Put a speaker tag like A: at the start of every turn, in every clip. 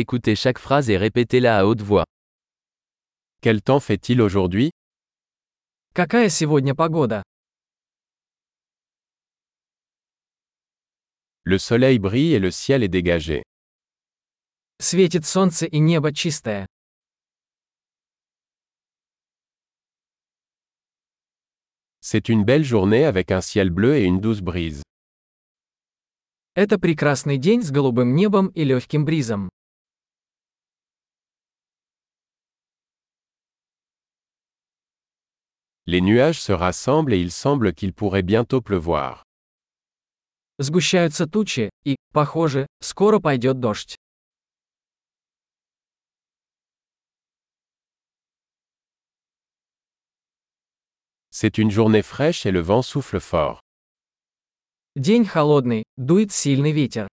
A: Écoutez chaque phrase et répétez-la à haute voix. Quel temps fait-il aujourd'hui
B: Какая сегодня погода?
A: Le soleil brille et le ciel est dégagé.
B: Светит солнце и небо чистое.
A: C'est une belle journée avec un ciel bleu et une douce brise.
B: Это прекрасный день с голубым небом и легким бризом.
A: Les nuages se rassemblent et il semble qu'il pourrait bientôt pleuvoir.
B: Сгущаются тучи, и, похоже, скоро пойдет дождь.
A: C'est une journée fraîche et le vent souffle fort.
B: День холодный, дует сильный ветер.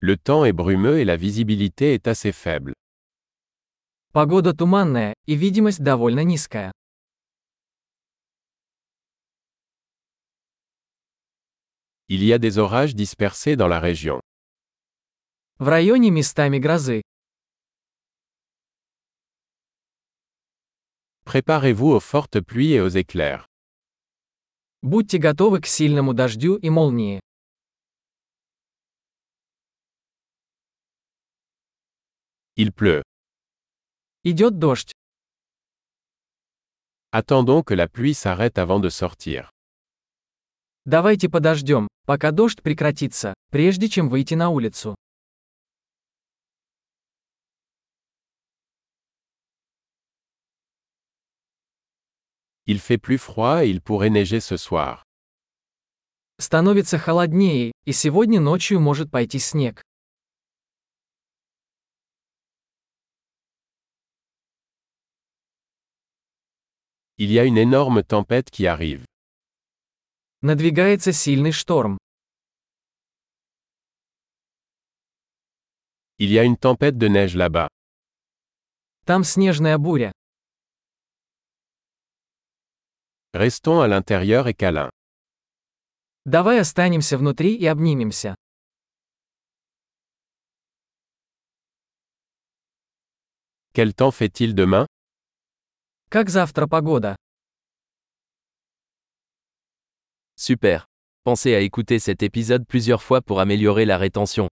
A: Le temps est brumeux et la visibilité est assez faible.
B: Погода туманная, и видимость довольно низкая.
A: Il y a des orages dispersés dans la région.
B: В районе местами грозы.
A: Préparez-vous aux fortes pluies et aux éclairs.
B: Будьте готовы к сильному дождю и молнии.
A: Il pleut.
B: Идет дождь.
A: Attendons que la pluie s'arrête avant de sortir.
B: Давайте подождем, пока дождь прекратится, прежде чем выйти на улицу.
A: Il fait plus froid et il pourrait neiger ce soir.
B: Становится холоднее, и сегодня ночью может пойти снег.
A: Il y a une énorme tempête qui arrive.
B: Надвигается сильный шторм.
A: Il y a une tempête de neige là-bas.
B: Там снежная буря.
A: Restons à l'intérieur et câlin.
B: Давай останемся внутри и обнимемся.
A: Quel temps fait-il demain
B: Как завтра погода?
C: Super. Pensez à écouter cet épisode plusieurs fois pour améliorer la rétention.